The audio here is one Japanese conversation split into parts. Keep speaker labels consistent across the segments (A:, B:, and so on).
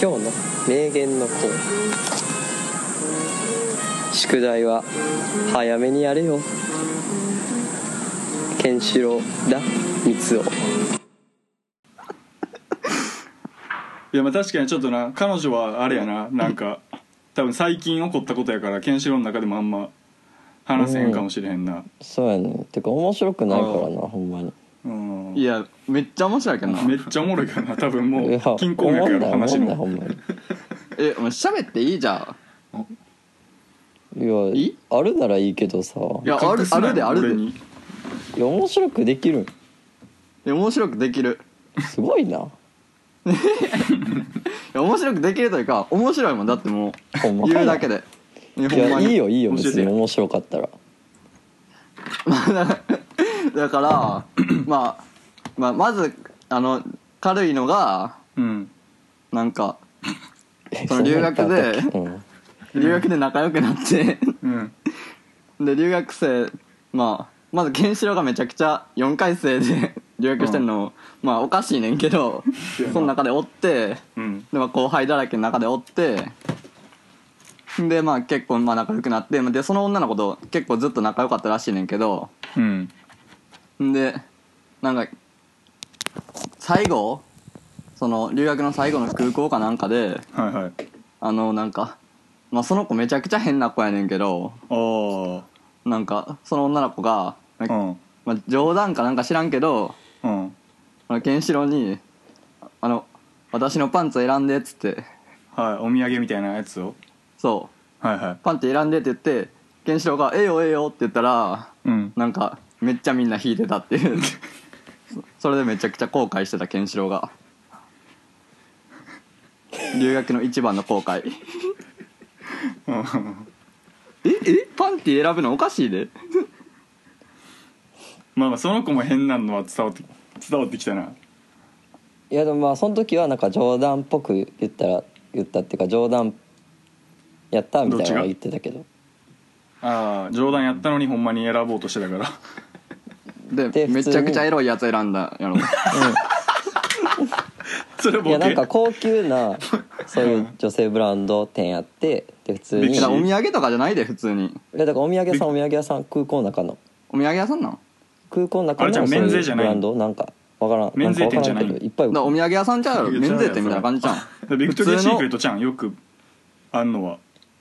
A: 今日の名言のコーナー宿題は早めにやれよケンシロウだ三つ
B: いやまあ確かにちょっとな彼女はあれやななんか多分最近起こったことやからケンシロウの中でもあんま話せへんかもしれへんな
C: そうやねんてか面白くないからなほんまに
B: うん
D: いやめっちゃ面白いけどな
B: めっちゃおもろいからな多分も
C: いうや
B: 金鉱脈やろ
C: おもんない
B: 話
C: おもん
B: の
C: ないほんまに
D: えお前喋っていいじゃ
C: いや
D: い
C: あるならいいけどさ
D: んいやある
B: 隠すなよ
D: あるであるで
B: 俺に
C: いや面白くでき るん
D: んいや面白くできる
C: すごいない
D: や面白くできるというか面白いもんだっても
C: ほんま
D: う言うだけでいや
C: い
D: ほんま
C: やい
D: に
C: いよいいよ
B: 教えて
C: 別に面白かったら
D: だから、まあ、まあまずあの軽いのが
B: うん
D: なんかその 留学で
C: うん
D: 留学で仲良くなって
B: うん
D: で留学生まあまずケンシロウがめちゃくちゃ4回生で 留学してんの、まあおかしいねん けどその中でおって
B: うん
D: で、まあ、後輩だらけの中でおってでまあ結構まあ仲良くなってでその女の子と結構ずっと仲良かったらしいねんけど
B: うん
D: でなんか最後その留学の最後の空港かなんかで
B: はいはい
D: あのなんか、まあ、その子めちゃくちゃ変な子やねんけど
B: あ
D: なんかその女の子が、
B: あうん
D: まあ、冗談かなんか知らんけど
B: うん
D: あのケンシロウに「あの私のパンツ選んで」っつって
B: はいお土産みたいなやつを
D: そう
B: はいは
D: パンツ選んでって言ってケンシロウが「ええよええよ」って言ったら
B: いうん
D: なんかめっちゃみんな引いてたっていう そそれでめちゃくちゃ後悔してたケンシロウが留学の一番の後悔ええパンティ選ぶのおかしいで
B: まあまあその子も変なのは伝わって伝わってきたない
C: やでもまあその時はなんか冗談っぽく言ったら言ったっていうか冗談やったみたいなのは言ってたけど
B: ああ冗談やったのにほんまに選ぼうとしてたから
D: で
C: で
D: めちゃくちゃエロいやつ選んだやろ
B: それ
C: い
B: ボ
C: やなん
B: ケ
C: か高級 なそういう女性ブランド店やってで普通にい
B: 歴
D: い
B: 史
D: やお
C: や
D: 土産とかじゃないで普通に
C: だからお土産屋さんお土産屋さん空港の中の
D: お土産屋さんなの
C: 空港の中
B: あれ
C: の
B: じゃあ
C: そう
B: 免
C: い
B: 税じゃ
C: う
B: な
C: ブ
B: い
C: ランドなんかわからん
B: 免税店
C: んか
B: じゃ
C: わか
B: ない
C: らんけどいっぱい
D: だからお
C: 売っ
D: 土産屋さんちゃう
B: いやち
D: 免税
B: ゃうや
D: 店
B: ん
D: みたいな感じじゃん
B: だから ビクトリア・
D: 普
B: シ
D: 通の
B: ークレットちゃんよくあんのは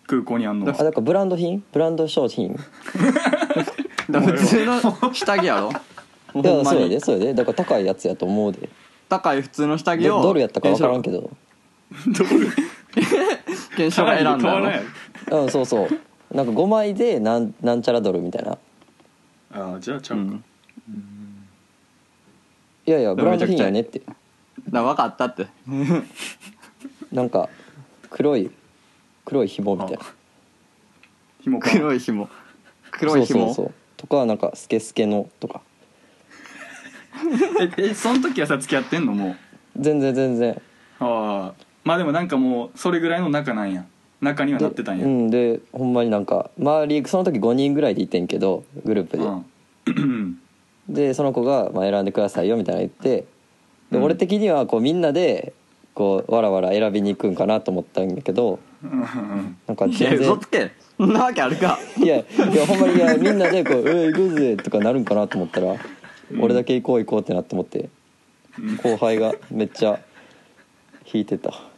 B: 空港に あんのは
C: あだからブランド品ブランド商 品
D: だから普通の下着やろ ほ
C: いや
D: んま
C: そうや
D: に
C: でそうやでだから高いやつやと思うで
D: 高い普通の下着
C: ど
D: を
C: ドルやったかわからんけ
D: ど
C: ど
D: ケンシロウが選んだ
B: 買
D: や
B: わ
D: ろ
B: ない
C: うんそうそうなんか5枚でなんなんちゃらドルみたいな
B: ああじゃあちゃ
D: う
B: うか、
D: ん
C: いやいやブランド品やねって
D: だから分かったって
C: なんか黒い黒い紐みたいな
B: 紐 か
D: 黒い紐黒い紐
C: そうそうそうとかなんかスケスケのとか
B: ええその時はさ付き合ってんのもう
C: 全然全然
B: ああまあでもなんかもうそれぐらいの仲なんや仲にはなってたんや
C: う、んでほんまになんか周りその時5人ぐらいでいてんけどグループで、
B: うん、
C: でその子が、まあ、選んでくださいよみたいなの言ってで、
B: うん
C: 俺的にはこうみんなでこうわらわら選びに行くんかなと思ったんだけどなんか
D: いや
C: 全
D: 嘘
C: 然
D: つけそんなわけあるか
C: いやいやほんまにいやみんなでこう「え行くぜ」とかなるんかなと思ったら、俺だけ行こう行こうってなって思って後輩がめっちゃ引いてた。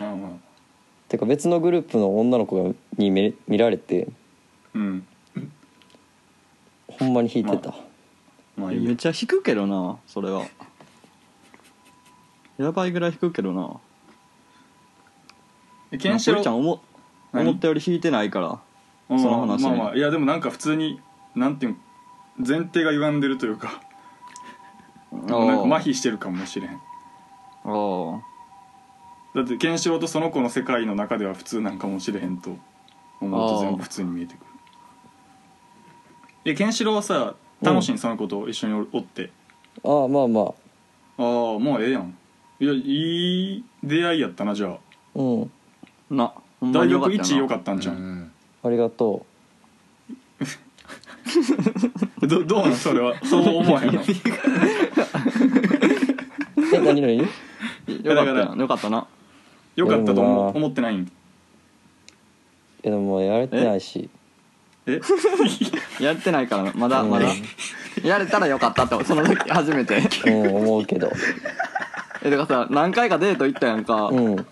B: まあまあ
C: てか別のグループの女の子がに見れ見られて
B: うん
C: ほんまに引いてた、
B: まあいい
D: め
B: よ
D: っちゃ引くけどなそれはやばいぐらい引くけどな
B: えケンシロ
D: ナポリ
B: ウ
D: ちゃん思
B: 何
D: 思ったより引いてないから
B: うん
D: その話
B: まあまあいやでもなんか普通になんていうん前提が歪んでるというかなんか麻痺してるかもしれへん
D: あー
B: だってケンシロウとその子の世界の中では普通なんかもしれへんと思うと
D: あー
B: 全部普通に見えてくるえケンシロウはさ楽しいんその子と一緒におおって、
C: ああまあまあ
B: ああもうええやんいやいい出会いやったなじゃあ
C: うん
D: なほんま
B: 大
D: によ
B: 学
D: かった
B: 1位よ
D: な
B: かったんじゃん、
C: ありがと
B: どどう な んそれはそう思わへんの
C: うえ何何
D: よかっ
B: だ
D: た
B: から
D: なよかったな
B: よかったと思
C: うん
B: 思ってないん
C: えでももうやれてないし
B: え
D: やれてないからまだまだやれたらよかったってその時初めて
C: うん思うけど
D: えだからさ何回かデート行ったやんか、
C: うん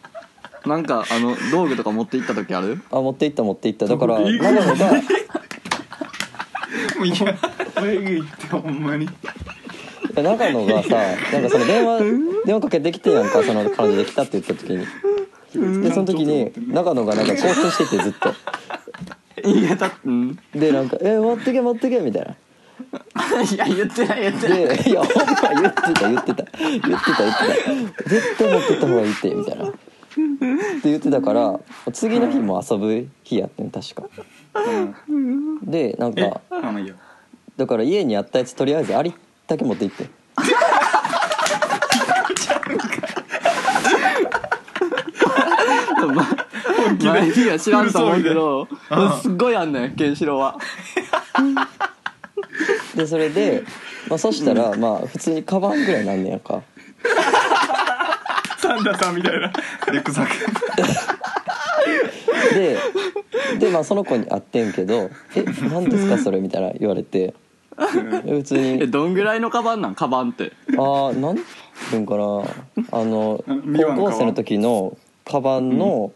D: なんかあの道具とか持って行った時ある
C: あ持っていった持っていっただから
B: いい
C: 長野が
B: もういや俺が言ってほんまに
C: 長野がさなんかその電話電話かけてきてやんかその彼女できたって言った時にでその時に長野がなんか興奮しててずっと
D: いやだうん
C: でなんか「え持ってけ持ってけ」みたいない
D: や言ってない言ってない
C: で「いやほんま言ってた言ってた言ってた言ってた絶対持ってった方がいいって」みたいなって言ってたから次の日も遊ぶ日やってん確か
B: うん
C: でなん
B: え
C: か
B: あまあいいや
C: だから家にあったやつとりあえずありだけ持って行って
D: ま本気で
B: で
D: は知らんと思う けどすっごいあんねんケンシロウは
C: でそれで、まあ、そしたら、まあ普通にカバンぐらいなんねやんか
B: サンダさんみたい なリュックサック
C: でで、まあ、その子に会ってんけど「え何ですかそれ」みたいな言われてで普通
D: え
C: に
D: どんぐらいのカバンなんカバンって
C: 「ああ何て言うんかなあの
B: あミワの
C: 高校生の時のカバンの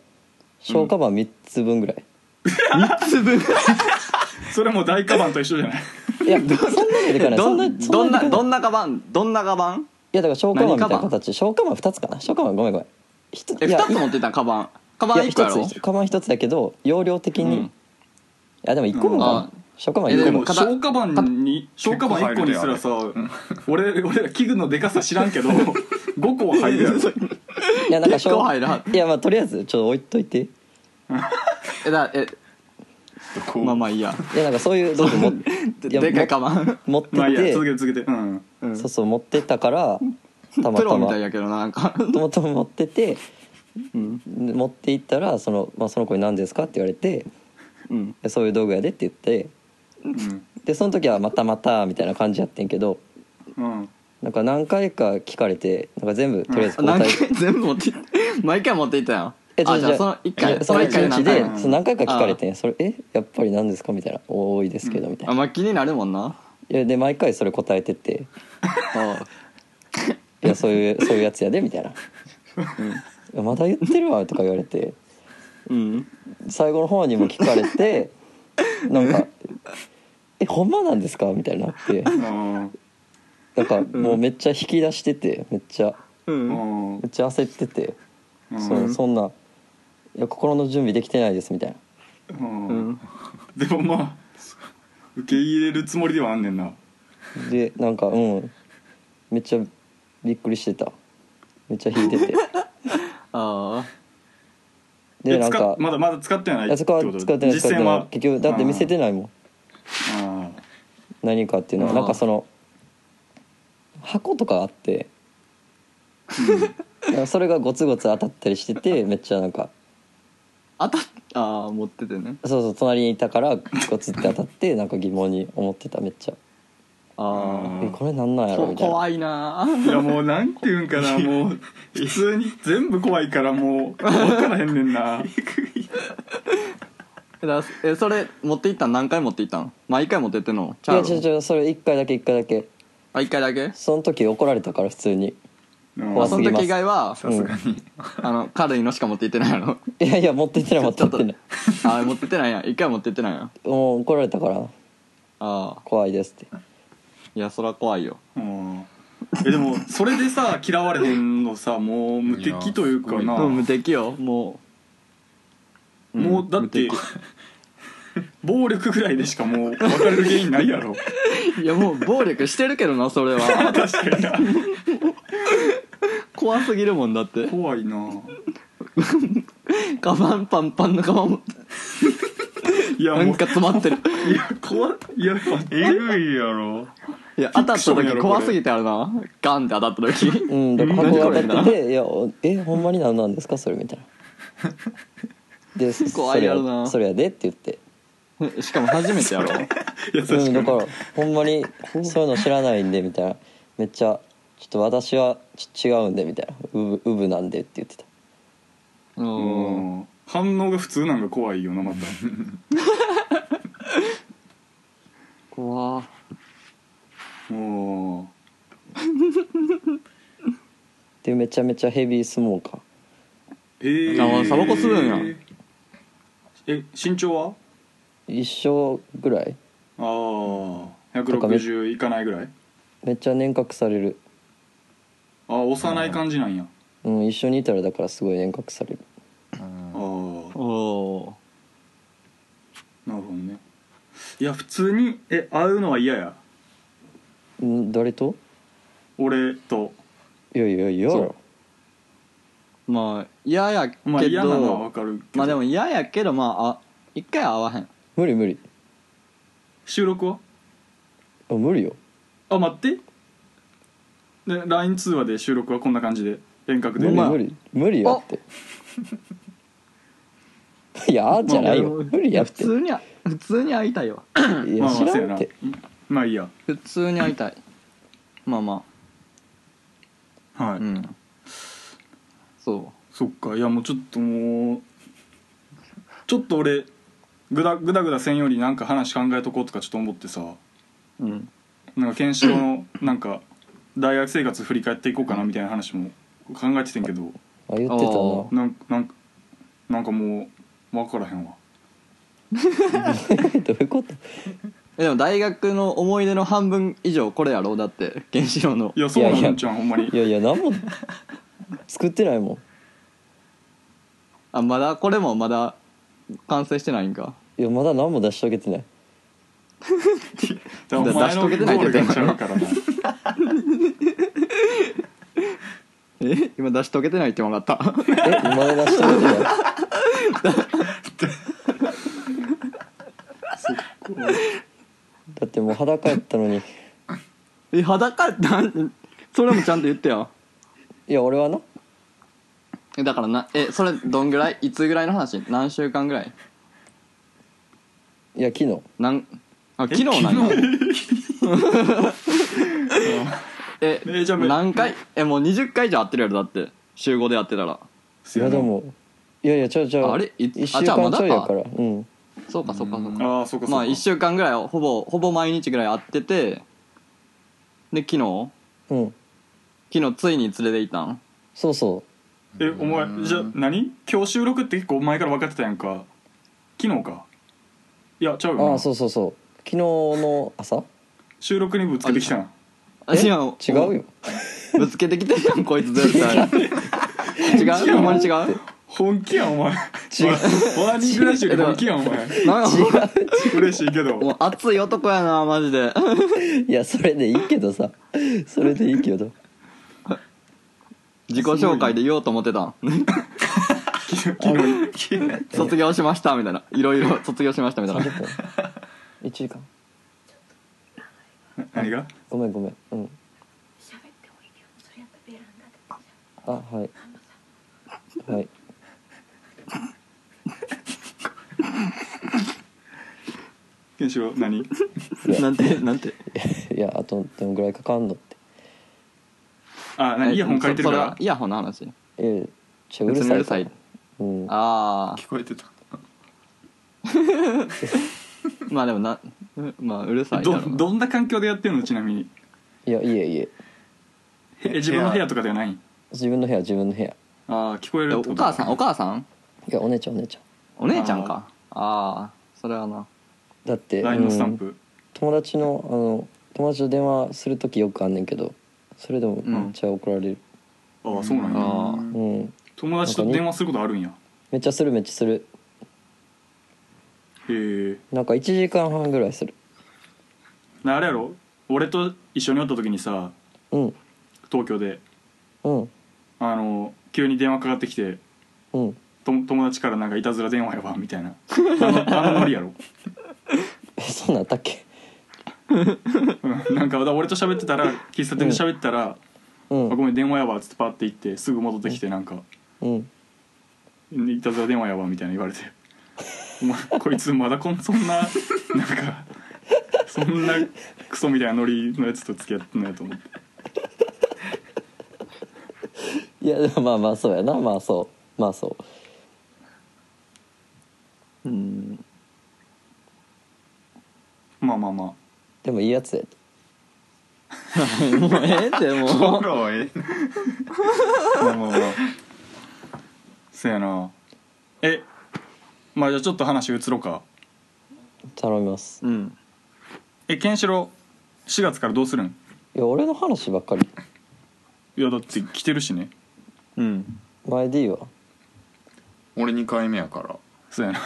C: 小カバン3つ分ぐらい」
D: つぶ
B: それもう大カバンと一緒じゃない
C: いやそんなにでかないそ
D: ど
C: んなそ
D: んどん
C: なにでかな
D: な
C: い
D: どんなカバンどんなカバン
C: いやだから小カバンみたいな
D: 何カバン
C: 形小カバン2つかな小カバンごめんごめんひつ
D: え
C: いや
D: 二つ持ってたカバンカ
C: い
D: バ
C: や
D: ン一個やろ
C: 一つカバン一つだけど容量的に、
D: うん
C: いやでも一個分か
D: うん
C: な初カバン一
D: え
B: で
C: 個
B: も
C: 分
D: かた
B: 小カバンに小カバン1個にすらさ俺俺ら器具のでかさ知らんけど5個は入 るやろ
C: いやなんか
D: 結構入るはい
C: やまあとりあえずちょっと置いといてい
D: えだえ
B: こう
D: まあまあいいや
C: やなんかそういう道具も
D: で
C: いや
D: でかいカバン
C: 持ってて、
B: まあいいや続けて続けてうん
D: うん
C: そうそう持ってたからたま
D: プ
C: た
D: ロみ
C: ま
D: たいやけどななんか
C: もともと持ってて
D: うん
C: 持って行ったらその,、まあ、その子に「何ですか?」って言われて
D: うん
C: 「そういう道具やで」って言って
B: うん
C: でその時は「またまた」みたいな感じやってんけど
B: うん
C: なんか何回か聞かれてなんか全部とりあえず
D: 何
C: 交代
D: 回全部持って毎回持っていったやん
C: え
D: あ
C: 違う
D: じゃ
C: 違
D: あ
C: う
D: その一
C: いや
D: 回
C: その一
D: 一
C: 日
D: 回何回
C: で
D: な
C: その何回か聞かれてんそれえやっぱり何ですかみたいな多いですけどみたい
D: あ
C: な
D: まあ気になるもんない
C: やで毎回それ答えてて
D: あ
C: いやそういうそういうやつやでみたいな「うんまだ言ってるわ」とか言われて
D: うん
C: 最後の方にも聞かれてなんか「えほんまなんですか?」みたいになって
B: うん
C: なんかもうめっちゃ引き出しててめっちゃ
D: うん
C: めっちゃ焦ってて
B: うん
C: そうそんな「いや心の準備できてないです」みたいな。
B: う
D: うんん
B: でもまあ受け入れるつもりではあんねんな
C: でなんかうんめっちゃびっくりしてためっちゃ弾いてて
D: ああ
C: で
B: え
C: なん
B: 使
C: か
B: っまだまだ使ってはない
C: あそこは使ってない使っ
B: 実
C: て
B: 践
C: ない
B: は
C: 結局だって見せてないもん
B: あ
C: 何かっていうのは
D: うん
C: なんかその箱とかあってなんかそれがゴツゴツ当たったりして てめっちゃなんか
D: あたああ持っててね
C: そうそう隣にいたからゴツって当たってなんか疑問に思ってためっちゃ
D: あ
C: えこれなんなん
D: あ
C: やろみたいな
D: 怖いな
B: あいやもうなんていうんかなもう普通に全部怖いからもう分からへんねんな
D: え だえそれ持っていったん何回持っていったん毎回持ってってんの
C: い
D: ちゃ
C: や
D: う
C: ちょ
D: の
C: ちょそれ一回だけ一回だけ
D: あ一回だけ
C: その時怒られたから普通に
B: うん
C: 怖
D: そ
C: す
D: の
C: ぎます
D: 時以外は
B: さすがに
D: あの軽いのしか持っていってないやろ
C: いやいや持ってってない持ってって ない
D: ああ持ってってないやん一回持ってってないやん
C: もう怒られたから
D: ああ
C: 怖いですって
D: いやそら怖いよ
B: うんえでもそれでさ嫌われへんのさもう無敵というか
E: いや
B: な
D: うん無敵よもう
B: もうだって暴力ぐらいでしかもう別れる原因ないやろ
D: いやもう暴力してるけどなそれは
B: 確かにな
D: 怖すぎるもんだって
B: 怖いな
D: カバンパンパンのカバンも
B: いや
D: な
B: も
D: ん
B: う
D: か詰まってる
B: いや怖いいや
E: えぐいやろ
D: いや当た
B: フィ
D: った
B: クションや
D: 時
B: ろ
D: 怖すぎてあるなガンって当たった 時
C: うん、だから箱
D: 何こ
C: が
D: れ
C: 当たってて「いやおえほんまに何なんですかそれ」みたい な。でそ
D: 怖いやろな
C: それやそれやでって言って、
D: しかも初めてやろ
B: 優しく
C: うん、だからほんまにそういうの知らないんでみたいなめっちゃ「ちょっと私はち違うんでみたいな「うぶうぶなんで」って言ってた
B: うん反応が普通なんか怖いよなまた
D: 怖
B: おー
C: でめちゃめちゃヘビースモーカー
B: えー、
D: あタバコ吸うんや
B: え身長は
C: 一生ぐらい
B: ああ
C: とかめ
B: 160いかないぐらい
C: めっちゃ年較される
B: ああ幼い感じなんや
C: うん一緒にいたらだからすごい年較される
B: ああ
D: おお
B: なるほどねいや普通にえ会うのは嫌や
C: ん誰と
B: 俺と
C: いやいやいや
D: そうまあ嫌やけど、
B: ま
D: ま
B: あ
D: あ、
B: 嫌なのはわかるけど
D: でも嫌やけどまああ一回は会わへん
C: 無理無理
B: 収録は
C: あ無理よ
B: あ待ってで LINE 通話で収録はこんな感じで遠隔で
C: 無理
D: まあ
C: 無理無理やって いやあーじゃないよ
D: まあでも
C: 無理やっ
D: 普
C: て
D: 通には普通に会いたいわ
C: いや
B: まあま
C: 知
B: あせ
C: ら
B: や
C: ん
B: な
C: って
B: まあいいや
D: 普通に会いたいまあま
B: は
D: あ
B: い、
D: うんそ
B: そっかいやもうちょっともうちょっと俺グダグダグダせんよりなんか話考えとこうとかちょっと思ってさ
D: ううん
B: なんか検証のなんか大学生活振り返っていこうかなみたいな話も考えててんけど
C: あ言ってた
D: あ
C: な
B: なんなんかなんかもう分からへんわ
C: どういうこと
D: えでも大学の思い出の半分以上これやろだって原子炉の
B: いやそうない
C: やい
B: ん
C: や
B: ちゃんほんまに
C: いやいや何も作ってないも
D: あまだこれもまだ完成してないんか
C: んいやまだ何も出し遂げてない
B: だからお前のゴ
D: 出しとけてない
B: ールがちゃうからな
D: え今出し遂げてないって分かった
C: えまだ出し遂げてないだってもう裸やったのに
D: え裸 なんそれもちゃんと言ってよ
C: いや俺はな
D: えだからなえそれどんぐらいいつぐらいの話何週間ぐらい
C: いや昨日
D: なんあ 昨日なんや え
B: えじゃあ
D: 何回えもう20回以上会ってるやろだって週5でやってたら
C: いやでもいやいやちゃうちゃう
D: あれい
C: 1
D: あ
C: 週
D: じゃあま
C: 間
D: だ
C: ち
D: か
C: ょいやからうん
D: そうかそうかそうか
B: ああそうかそうか
D: まあ1週間ぐらいほぼほぼ毎日ぐらい会っててで昨日
C: うん
D: 昨日ついに連れて行ったん
C: そうそ
B: えお前じゃあ何今日収録って結構前から分かってたやんか昨日かいやちゃう
C: う
B: よな
C: ああそうそうそう昨日の朝
B: 収録にぶつけてきたな
D: あ違う
C: 違うよ
D: ぶつけてきてるやんこいつ絶対 違うほんまに違う
B: 本気やんお前違うワーニングラッシュで本気やんお前
D: なんか
B: 嬉しいけど
D: もう熱い男やなマジで
C: いやそれでいいけどさそれでいいけど
D: 自己紹介で言おうと思ってたん
B: 昨日昨日
D: 卒業しましたみたいないろ いろ卒業しましたみたいな
C: 30分1時間
B: 何が
C: ごめんごめんうん
E: 喋っておいでよそれやったらベランダで
C: あはいはい
B: ケンシロウ何
D: なんてなんて
C: い やあとどんぐらいかかんのって
B: あ何イヤホン借りてるか
D: そそれは
B: ら
D: イヤホンの話
C: えちょう
D: 別
C: る
D: に
C: さ
D: うる
C: い
D: さ
C: から
D: い
C: うん
D: ああ
B: 聞こえてた
D: まあでもなうまあうるさいだろ
B: ど
D: うな
B: どんな環境でやってるのちなみに
C: いやいえいえ
B: え自分の部屋とかではない
C: 自分の部屋自分の部屋
B: ああ聞こえる
D: え
B: って
D: お
B: こと
D: 母さんお母さん
C: いやお姉ちゃんお姉ちゃん
D: お姉ちゃんかああそれはな
C: だって
B: ラインのスタ
C: う
B: ン
C: ん
B: プ
C: 友達のあの友達と電話する時よくあんねんけどそれでもめっちゃ怒られる
B: ああそうなんや
D: ああ
C: うん、
B: 友達と電話することあるんや
C: めっちゃするめっちゃする
B: へえ
C: なんか1時間半ぐらいする
B: なあれやろ俺と一緒におった時にさ
C: うん
B: 東京で
C: うん
B: あの急に電話かかってきて
C: うん
B: と友達からなんかいたずら電話やわみたいなあのあのノリやろ
C: えそうなんだっけ
B: うんなんかだから俺と喋ってたら喫茶店で喋ってたら
C: う
B: 「あ
C: ん
B: ごめん電話やわ」っつってパッて行ってすぐ戻ってきてなんか
C: うん
B: 「いたずら電話やわ」みたいな言われて「お前こいつまだこんそんななんかそんなクソみたいなノリのやつと付き合ってんのや」と思って
C: いやまあまあそうやなまあそうまあそう
D: うん
B: まあまあま
C: でもいいやつや
D: もうええってもう
F: ロえ
B: あまあまあまあせやなえまあじゃあちょっと話移ろうか
C: 頼みます
D: うん
B: えケンシロウ4月からどうするん
C: いや俺の話ばっかり
B: いやだって来てるしね
D: うん
C: 前でいいわ
F: 俺2回目やから
B: そう やな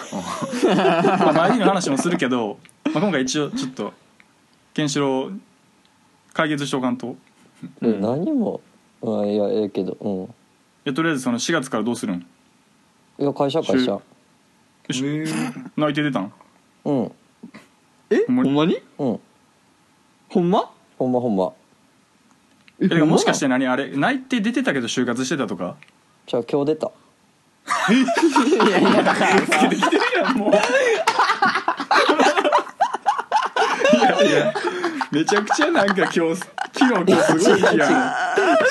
B: まあ前にの話もするけど、まあ、今回一応ちょっとケンシロウ解決しとかんとい
C: え何も、まあ、いやええけどう
B: やとりあえずその4月からどうするん
C: んいや会社会社
B: 泣いて出たん
C: うん
D: え
B: ほんま
D: ほ
B: に
D: んまに
C: うん
D: ほんま
C: ほんまほんま
D: え
B: えだからもしかしてて何あれ泣いて出てたけど就活してたとか
C: じゃあ今日出た
B: めちゃくちゃなんか今日昨日今日すごい日や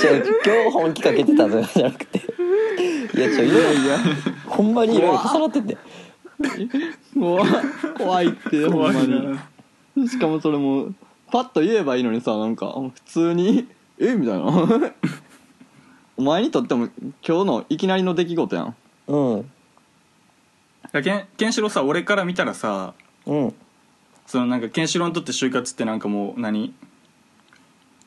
C: 違う今日本気かけてたとかじゃなくていや違ういろいろほんまにいろいろ重なってて
D: もう怖いってほ
B: 怖
D: んま
B: い
D: に
B: な
D: しかもそれもうパッと言えばいいのにさなんか普通に「えみたいな お前にとっても今日のいきなりの出来事やん
C: うん
B: だからケンケンシロウさ俺から見たらさ
C: うん
B: そのなんかケンシロウにとって就活ってなんかもう何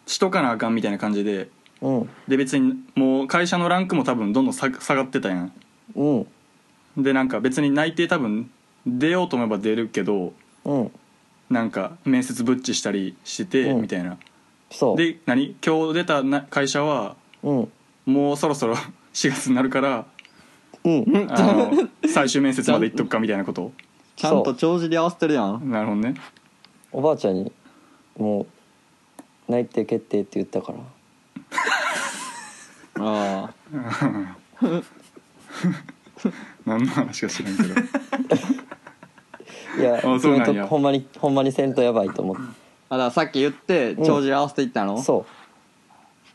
B: しとかなあかんみたいな感じで
C: うん
B: で別にもう会社のランクも多分どんどん下下がってたやん
C: うん
B: でなんか別に内定多分出ようと思えば出るけど
C: うん
B: なんか面接ぶっちしたりしてて
C: うん
B: みたいな、
C: そう
B: で何今日出たな会社は
C: うん
B: もうそろそろ 4月になるから
C: うん
B: あ の最終面接まで行っとくかみたいなこと
D: ちゃん
C: そ
D: と
C: う
D: 帳尻合わせてるやん
B: なるほどね
C: おばあちゃんにもう内定決定って言ったから
D: ああ
B: 何の話か知らんけど
C: いや
B: あそうなんや
C: ちょっとほんまにほんまにせんとやばいと思っ
D: あだからさっき言って
C: うん
D: 帳尻合わせていったの、
C: てそう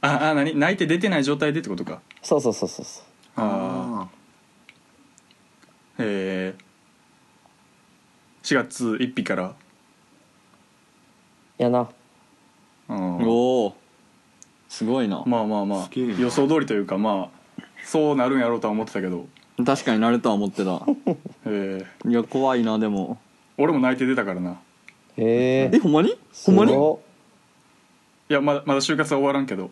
B: ああ何泣いて出てない状態でってことか
C: そうそうそうそうそう
B: あ
F: あ
B: あへえ4月1日から
C: いやな
B: うん
D: おおすごいな、
B: まあまあまあ
F: すげえな
B: 予想通りというかまあそうなるんやろうとは思ってたけど
D: 確かになるとは思ってた
B: えー
D: いや怖いなでも
B: 俺も泣いて出たからな
C: へ
D: え
C: え
D: ほんまにほんまに
C: すご
B: いやまだまだ就活は終わらんけど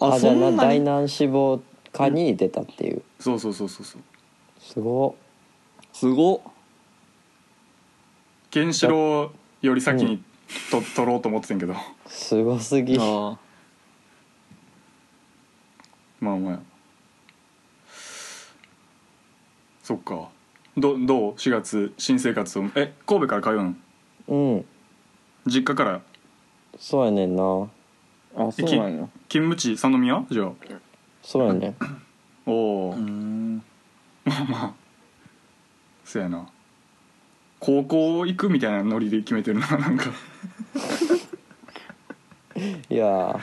C: あ
D: あ
C: じゃ
D: そ
C: あなん
D: な
C: 第
D: に
C: 何志望科に出たっていう
B: そうそうそうそうそう
C: すご
D: すごっ
B: ケンシロウより先にと取ろうと思ってたんやけど
C: すごすぎ
D: ああ
B: まあまあそっかどどう4月新生活をえ神戸から通うん
C: うん
B: 実家から
C: そうやねんな
D: あそうなんや
B: 勤務地三宮じゃあ
C: そうやね
B: おお、
F: あうん
B: まあまあそやな高校行くみたいなノリで決めてるななんか
C: いや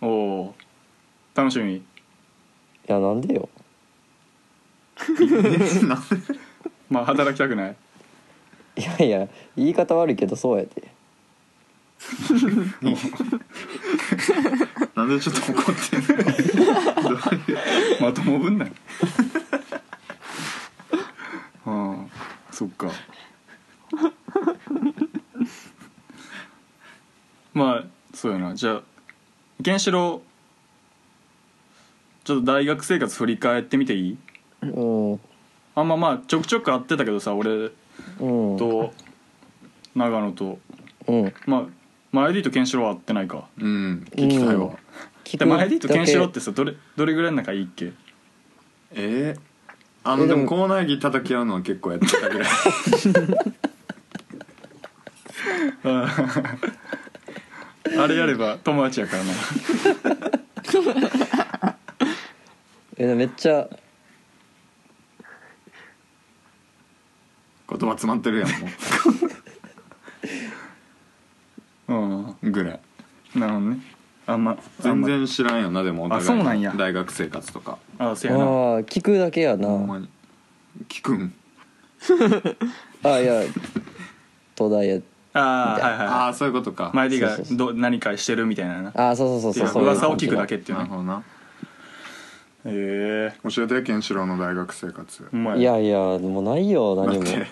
B: おお楽しみ
C: ーいやなんでよ
B: まあ働きたくない
C: いやいや言い方悪いけどそうやで
F: なんでちょっと怒ってんの
B: まともぶんない ああそっか まあそうやなじゃあケンシロウちょっと大学生活振り返ってみていい
C: うん
B: あんままあちょくちょく会ってたけどさ俺
C: うん
B: と長野と
C: うん
B: まあ前 D とケンシロウは会ってないか
F: うん聞きたい
C: う
F: わ、
C: ん聞
B: で前 D とケンシロウってさどれどれぐらいの仲いいっけ
F: えーあの
C: えで
F: で
C: も
F: もコーナー着叩き合うのは結構やってたぐらい
B: ああれやれば友達やからな
C: えめっちゃ
F: 言葉詰まってるやんも
B: うん
F: うぐらい
B: なるほどねあんま
F: 全然知らんよなでもお互い
B: あそうなんや
F: 大学生活とか
B: あんまあせ
C: あ
B: やな
C: ー聞くだけや
F: ほんま
C: な
F: に聞くん
C: あいや東大や
B: あーはいはい
F: ああそういうことか
B: マイディが
C: そうそう
B: ど何かしてるみたいなな
C: あーそうそうそうそうそう
B: 噂を聞くだけっていう
F: なる
B: ね
F: ほどな
B: へえ
F: 教えてケンシロウの大学生活
B: うまい
C: いやいやもうないよ
F: だ
C: 何
F: っ
C: も
F: て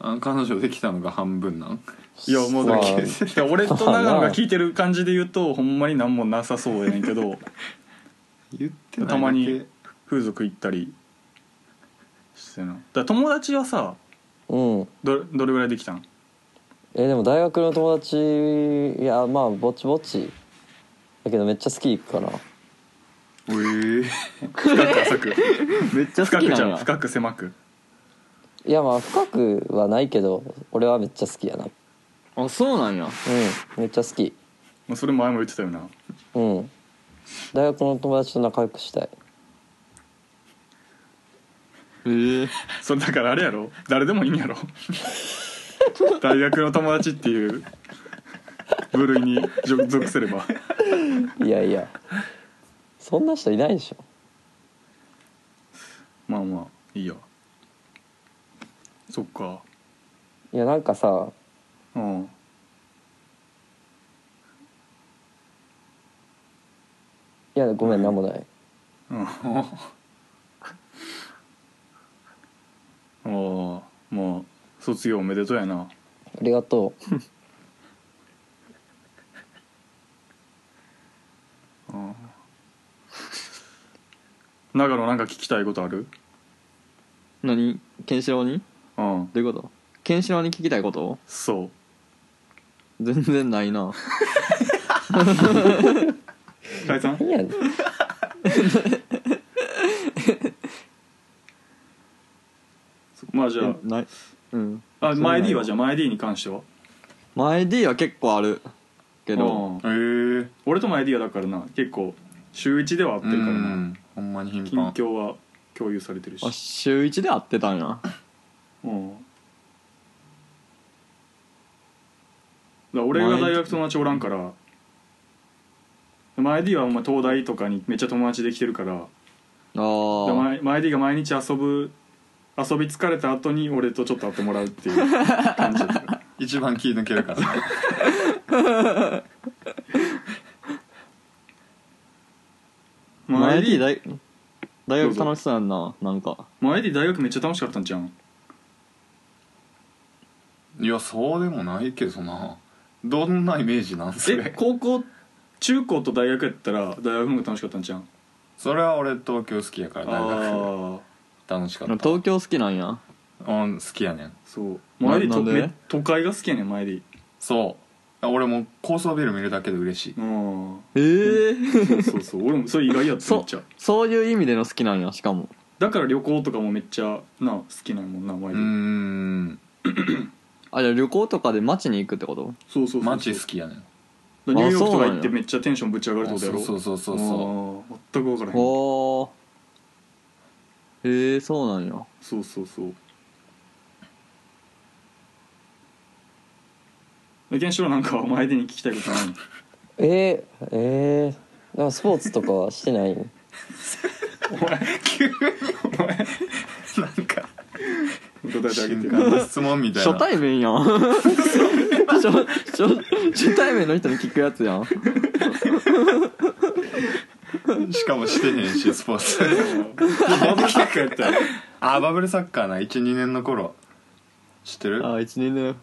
F: あ彼女できたのが半分なん
B: いやもうだけ
C: まあ
B: いや俺と長野が聞いてる感じで言うとほんまに何もなさそうやねんけど
F: 言ってないだけ
B: たまに風俗行ったりしてなだから友達はさ
C: うん
B: どどれぐらいできたん
C: えでも大学の友達いやまあぼちぼちだけどめっちゃ好きかな
F: おえ
B: 深く浅く
D: めっちゃ好
B: 深
D: き
B: く
D: な
B: じ
D: ん
B: ゃん
D: や
B: 深く狭く
C: いやまあ深くはないけど俺はめっちゃ好きやなうん
D: あそうなんや
C: めっちゃ好き
B: もうそれ前も言ってたよな
C: うん大学の友達と仲良くしたい
D: えー、
B: それだからあれやろ誰でもいいんやろ大学の友達っていう部類に属属すれば
C: いやいやそんな人いないでしょ
B: まあまあいいやそっか
C: いやなんかさ
B: うん
C: いやごめんなんもない
B: うんああまあ卒業おめでとうやな
C: ありがとう
B: 長野なんか聞きたいことある
D: 何ケンシロウに
B: うん
D: どういうことケンシロウに聞きたいこと
B: そう
D: 全然ないな
B: 解散
C: 何やねん
B: まあじゃ
D: ないうん
B: ああ前 D はじゃあ前 D に関しては
D: 前 D は結構あるけど
B: うん
F: ー、え
B: 俺と前 D はだからな結構週1では会って
F: う
B: るからなん
F: ほんまに頻
B: 近
F: 繁
B: 況は共有されてるし
D: あ週1で会ってたんや
B: うんだから俺が大学友達おらんから前 D はお前東大とかにめっちゃ友達できてるから
D: あ
B: だから
D: ー
B: 前前 D が毎日遊ぶ遊び疲れた後に俺とちょっと会ってもらうっていう感じだった
F: 一番気抜けるから
D: 前
B: 前
D: D
B: D
D: 大大学楽しそうやんななんか
B: 前 D 大学めっちゃ楽しかったんじゃん
F: いやそうでもないけどなどんなイメージなんそ
B: え
F: れ
B: 高校中高と大学やったら大学の方が楽しかったんじゃん
F: それは俺東京好きやから大学
B: ああ
F: 楽しかった
D: 東京好きなんや
F: うん好きやねん
B: そう前 D
D: な
B: と
D: なんで
B: め都会が好きやねん前 D
F: そう俺もう高層ビル見るだけで嬉しい
B: うん
D: ええ
B: そうそうそう俺もそれ意外やっため
D: そ
B: っちゃ
D: そういう意味での好きなんやしかも
B: だから旅行とかもめっちゃな好きなんやもんな前
F: う
B: で、
F: ーん
D: あじゃあ旅行とかで街に行くってこと
B: そうそうそう
F: マジ好きやねん
B: だからニューヨークとか
D: あ
B: 行っ
D: そうなん
B: て
D: や
B: めっちゃテンションぶち上がるってことやろ
F: そうそうそうそう
B: あー全く分からへん
D: おーへえそうなんや
B: そうそうそうえケンシロウなんかお前でに聞きたいことないの
C: えー、えー、なんかスポーツとかはしてないん
B: 答
F: なんか
B: えてあげて よ
F: 瞬間の質問みたいな
D: 初対面 やん初初初対面の人に聞くやつやん
F: しかもしてへんしスポーツ
B: バブルサッカーやったよ
F: あバブルサッカーな12年の頃知ってる
D: あ一年だよ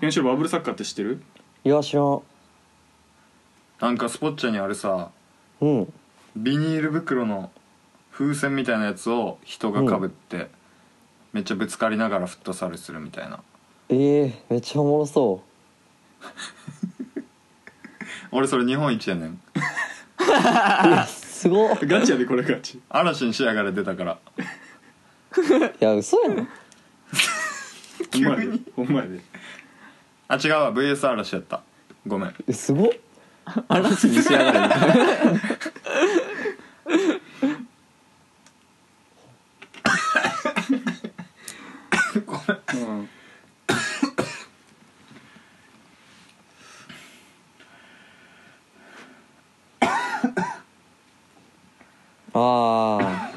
B: ケンシロウバブルサッカーって知ってる
C: いや知らん
F: なんかスポッチャにあるさ
C: うん
F: ビニール袋の風船みたいなやつを人がかぶって、めっちゃぶつかりながらフットサルするみたいな
C: えー、めっちゃおもろそ
F: 俺それ日本一やねん
C: ういやすごっい
B: ガチやでこれガチ
F: 嵐に仕上がれ出たから
C: や嘘やん
B: お前でお前で
F: あ違うわ VS 嵐やったごめん
C: えすごっ
D: 嵐に仕上がる
B: うん
C: あ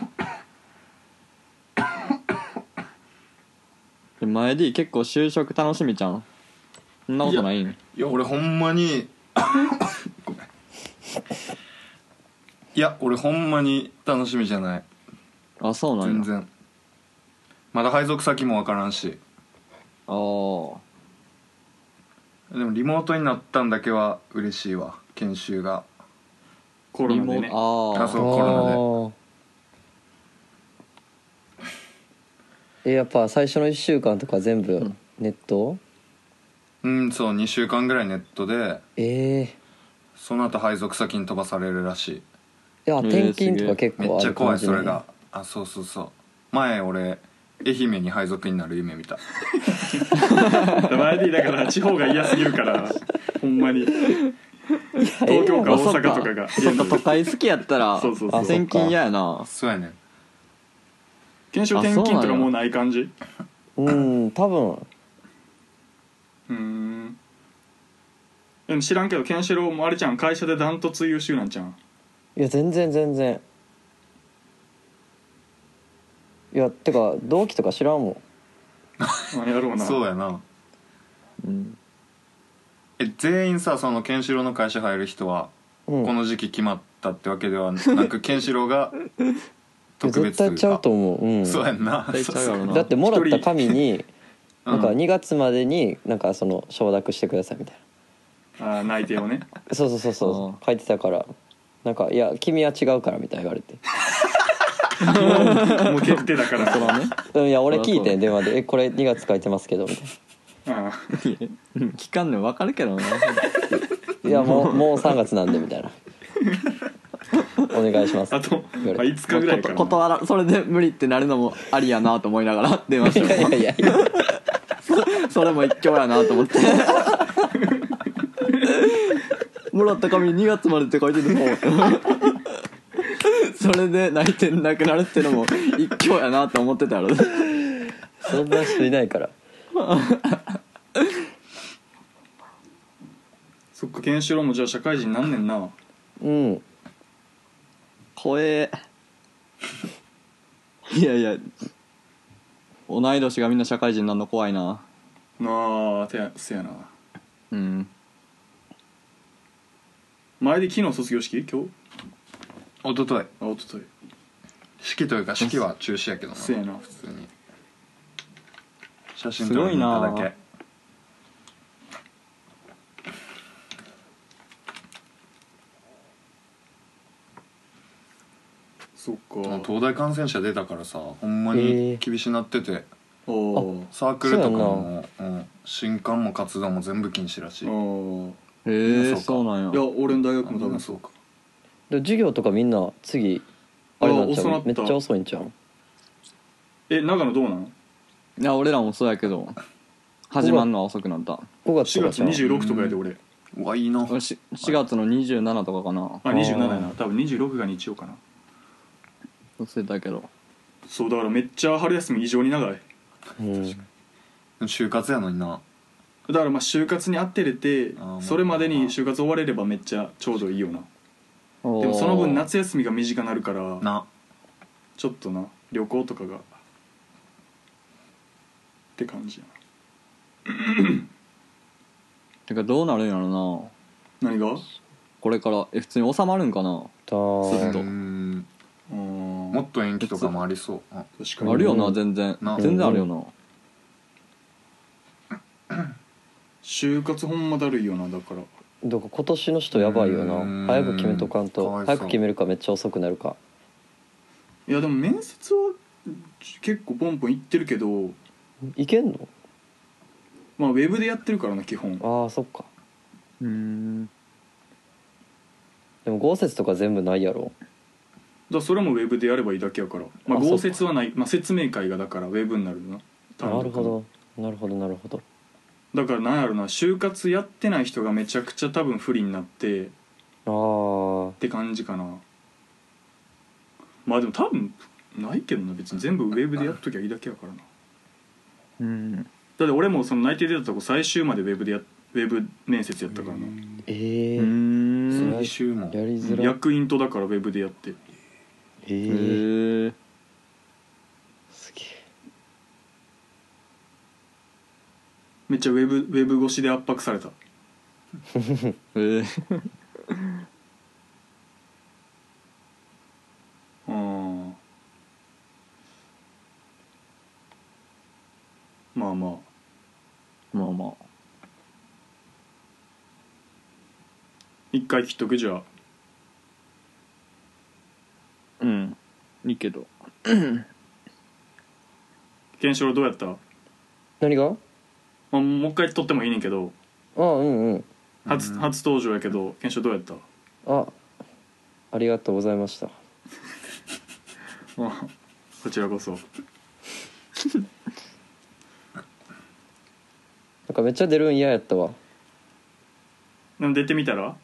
D: で前 D 結構就職楽しみじゃんそんなことないん
F: いや俺ほんまに ごめんいや俺ほんまに楽しみじゃない
D: あそうなんや
F: 全然まだ配属先もわからんし
D: ああ
F: でもリモートになったんだけは嬉しいわ研修が
B: コロナでね
D: あ
F: あ
D: あ
F: そうコロ
C: あえやっぱ最初の1週間とか全部ネット、
F: ナでうんそう2週間ぐらいネットで
C: ええい
F: その後配属先に飛ばされるらしい
C: や
D: えー
C: 転勤とか結
F: めっ
C: 構あ
F: ちゃ
C: る
F: 怖
C: 感
F: い
C: じ、
F: それがあそうそうそう前俺愛媛に配属になる夢見た
B: 前 D だから地方が嫌すぎるからほんまに東京か
D: あ
B: 大
D: そっ
B: 阪とかが
D: そっか都会好きやったら
B: そうそうそう
D: あ転勤嫌やな
F: そうやねん
B: 研修転勤とかもうない感じ
C: うん多分
B: うーんでも知らんけどケンシロウもあれちゃん会社でダントツ優秀なんちゃん
C: いや全然全然いやてか同期とか知らんもん
B: あやろうな
F: そうやな
D: うん
F: え全員さそのケンシロウの会社入る人は、
C: うん
F: この時期決まったってわけでは なくケンシロウが特別
C: 絶
F: とい
C: 対
F: うか
C: ちゃうと思う、うん、
F: そうやんな
D: 絶対ちゃうやろな
C: だってもらった紙に
F: うん
C: なんか2月までになんかその承諾してくださいみたい
B: あ内定をね
C: なそうそうそうそう書いてたからなんか「いや君は違うから」みたいな言われて
B: もう決定だから
D: そ らね
C: うん「いや俺
D: そりゃ
C: 聞
D: そう
C: いてん電話でえこれ2月書いてますけど」みたい
B: あ
D: うん聞かんの分かるけどな
C: な「いやもうもう3月なんで」みたいな「お願いします」
B: あと、
C: 言
B: ま
C: わ
B: あ、
C: れ
B: 5
C: て
B: 日ぐらいから
D: こ
B: な
D: と断らそれで無理ってなるのもありやなと思いながら 電話し
C: いや
D: て
C: いやいやいや
D: るそれも一興やなと思って もらった紙2月までって書いてるも それで内定なくなるってのも一興やなと思ってたやろ
C: そんな人いないから
B: そっかケンシロウもじゃあ社会人なんねんな
C: うん
D: 怖えいやいや同い年がみんな社会人なんの怖いな
B: なあてやせやな
D: うん
B: 前で昨日卒業式今日
F: 一昨日
B: あおととい
F: 式というか式は中止やけどな
B: せやな
F: 普通に写真撮りに行っただ
D: すごい
F: け
D: な
B: そっ
F: も
B: か
F: う東大感染者出たからさほんま
C: へえ
F: に厳しなってて、
B: おお
F: サークルとかも、うん、新刊も活動も全部禁止らしい
B: お
D: へえ
F: そうか
D: そうなん
B: い
D: や
B: や俺の大学も多分
F: そうか
C: で授業とかみんな次あれなんちゃ
B: あ遅な
C: う
B: った
C: めっちゃ遅いんちゃう
B: え長野どうなの
D: いや俺らもそうやけど始まんのは遅くなった
C: 5月
B: 4
C: とか
B: 月
C: ちゃう
B: 26とかやで俺
F: うわいいな
D: 俺し4月の27とかかな
B: あ27やな多分26が日曜かな
D: 忘れたけど
B: そうだからめっちゃ春休み異常に長い
C: うん
F: 就活やのにな
B: だからまあ就活に合ってれて
F: あーまあ
B: それまでに就活終われればめっちゃちょうどいいよな
D: で
B: でもその分夏休みが短くなるから
F: な
B: ちょっとな旅行とかがって感じや
D: てかどうなるんやろな
B: な何がう
D: これからえ普通に収まるんか
C: だ
D: な
F: うーん
B: ーん
F: もっと延期とかもありそううん
B: 確かに
D: あるよ
C: う
D: なん全然
F: な
D: 全然あるよな
B: 就活ほんまだるいよなだから
C: だから今年の人やばいよ
F: うん
C: な早く決めとかん
F: か
C: と
F: わいそ
C: 早
F: う
C: く決めるかめっちゃ遅くなるか
B: いやでも面接は結構ポンポンいってるけど
C: いけんの
B: まあウェブでやってるからな基本
C: あーそっか
D: うん
C: でも豪雪とか全部ないやろ
B: だからそれもウェブでやればいいだけやから、まあ、
C: あそう
B: 合
C: か
B: 説はない、まあ、説明会がだからウェブになるな単
C: な
B: 独
C: る
B: の
C: ほどなるほどなるほど
B: だからなんやろな就活やってない人がめちゃくちゃ多分不利になってっ
C: あ
B: て感じかなまあでも多分ないけどな別に全部ウェブでやっときゃいいだけやからな
D: うん
B: だって俺もその内定出たとこ最終までウェブでやウェブ面接やったからな
C: ーえ
D: う
C: ー
D: ん
F: 来週も
C: やりづらい
B: 役員とだからウェブでやって
C: えええ
D: へえ
C: すげ
B: めっちゃウェブウェブ越しで圧迫された
D: え
B: うんまあまあ
D: まあまあ
B: 一回切っとくじゃあ
D: うんいいけど
B: ケンシロウどうやった
C: 何が
B: まあもう一回撮ってもいいねんけど
C: あうんうん
B: 初,、初登場やけど検証どうやった
C: あありがとうございました
B: こちらこそ
C: なんかめっちゃ出るん嫌やったわ
B: でも出てみたら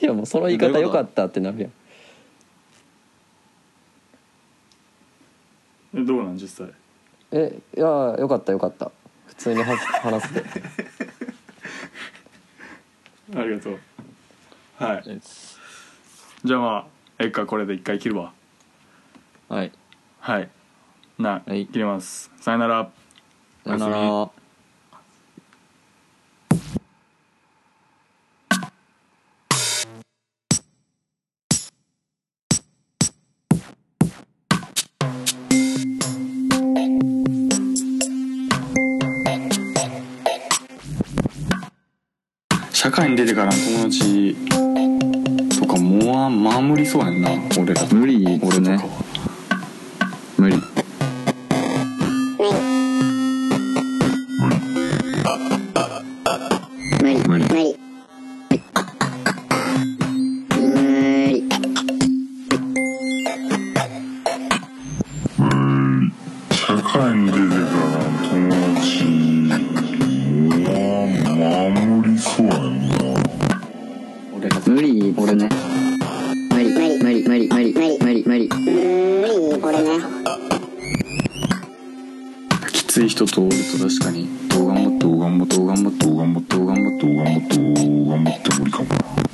C: いやもうその言い方
D: どういう
C: よ
D: こと
C: かったってなるやん
B: えどうなん実際
C: えいやよかったよかった普通には話 せて
B: ありがとうはい
D: です
B: じゃあまあえっかこれで一回切るわ
D: はい
B: はいな、
D: はい
B: 切りますさよなら
D: さよな
B: おやすみ
D: ら
F: 社会に出てからの友達とかもうまあ無理そうやんな俺ら
D: 無理で
F: 俺
D: す
F: とか
D: ね
F: は
D: 無理
F: 無理
G: 社会に出てからの友達は守りそうやんな
D: 無理ですね無理無理無理無理無理無理無理
F: きつい人とおると確かにどう頑張ってどう頑張ってどう頑張ってどう頑張ってどう頑張ってどう頑張って無理かもな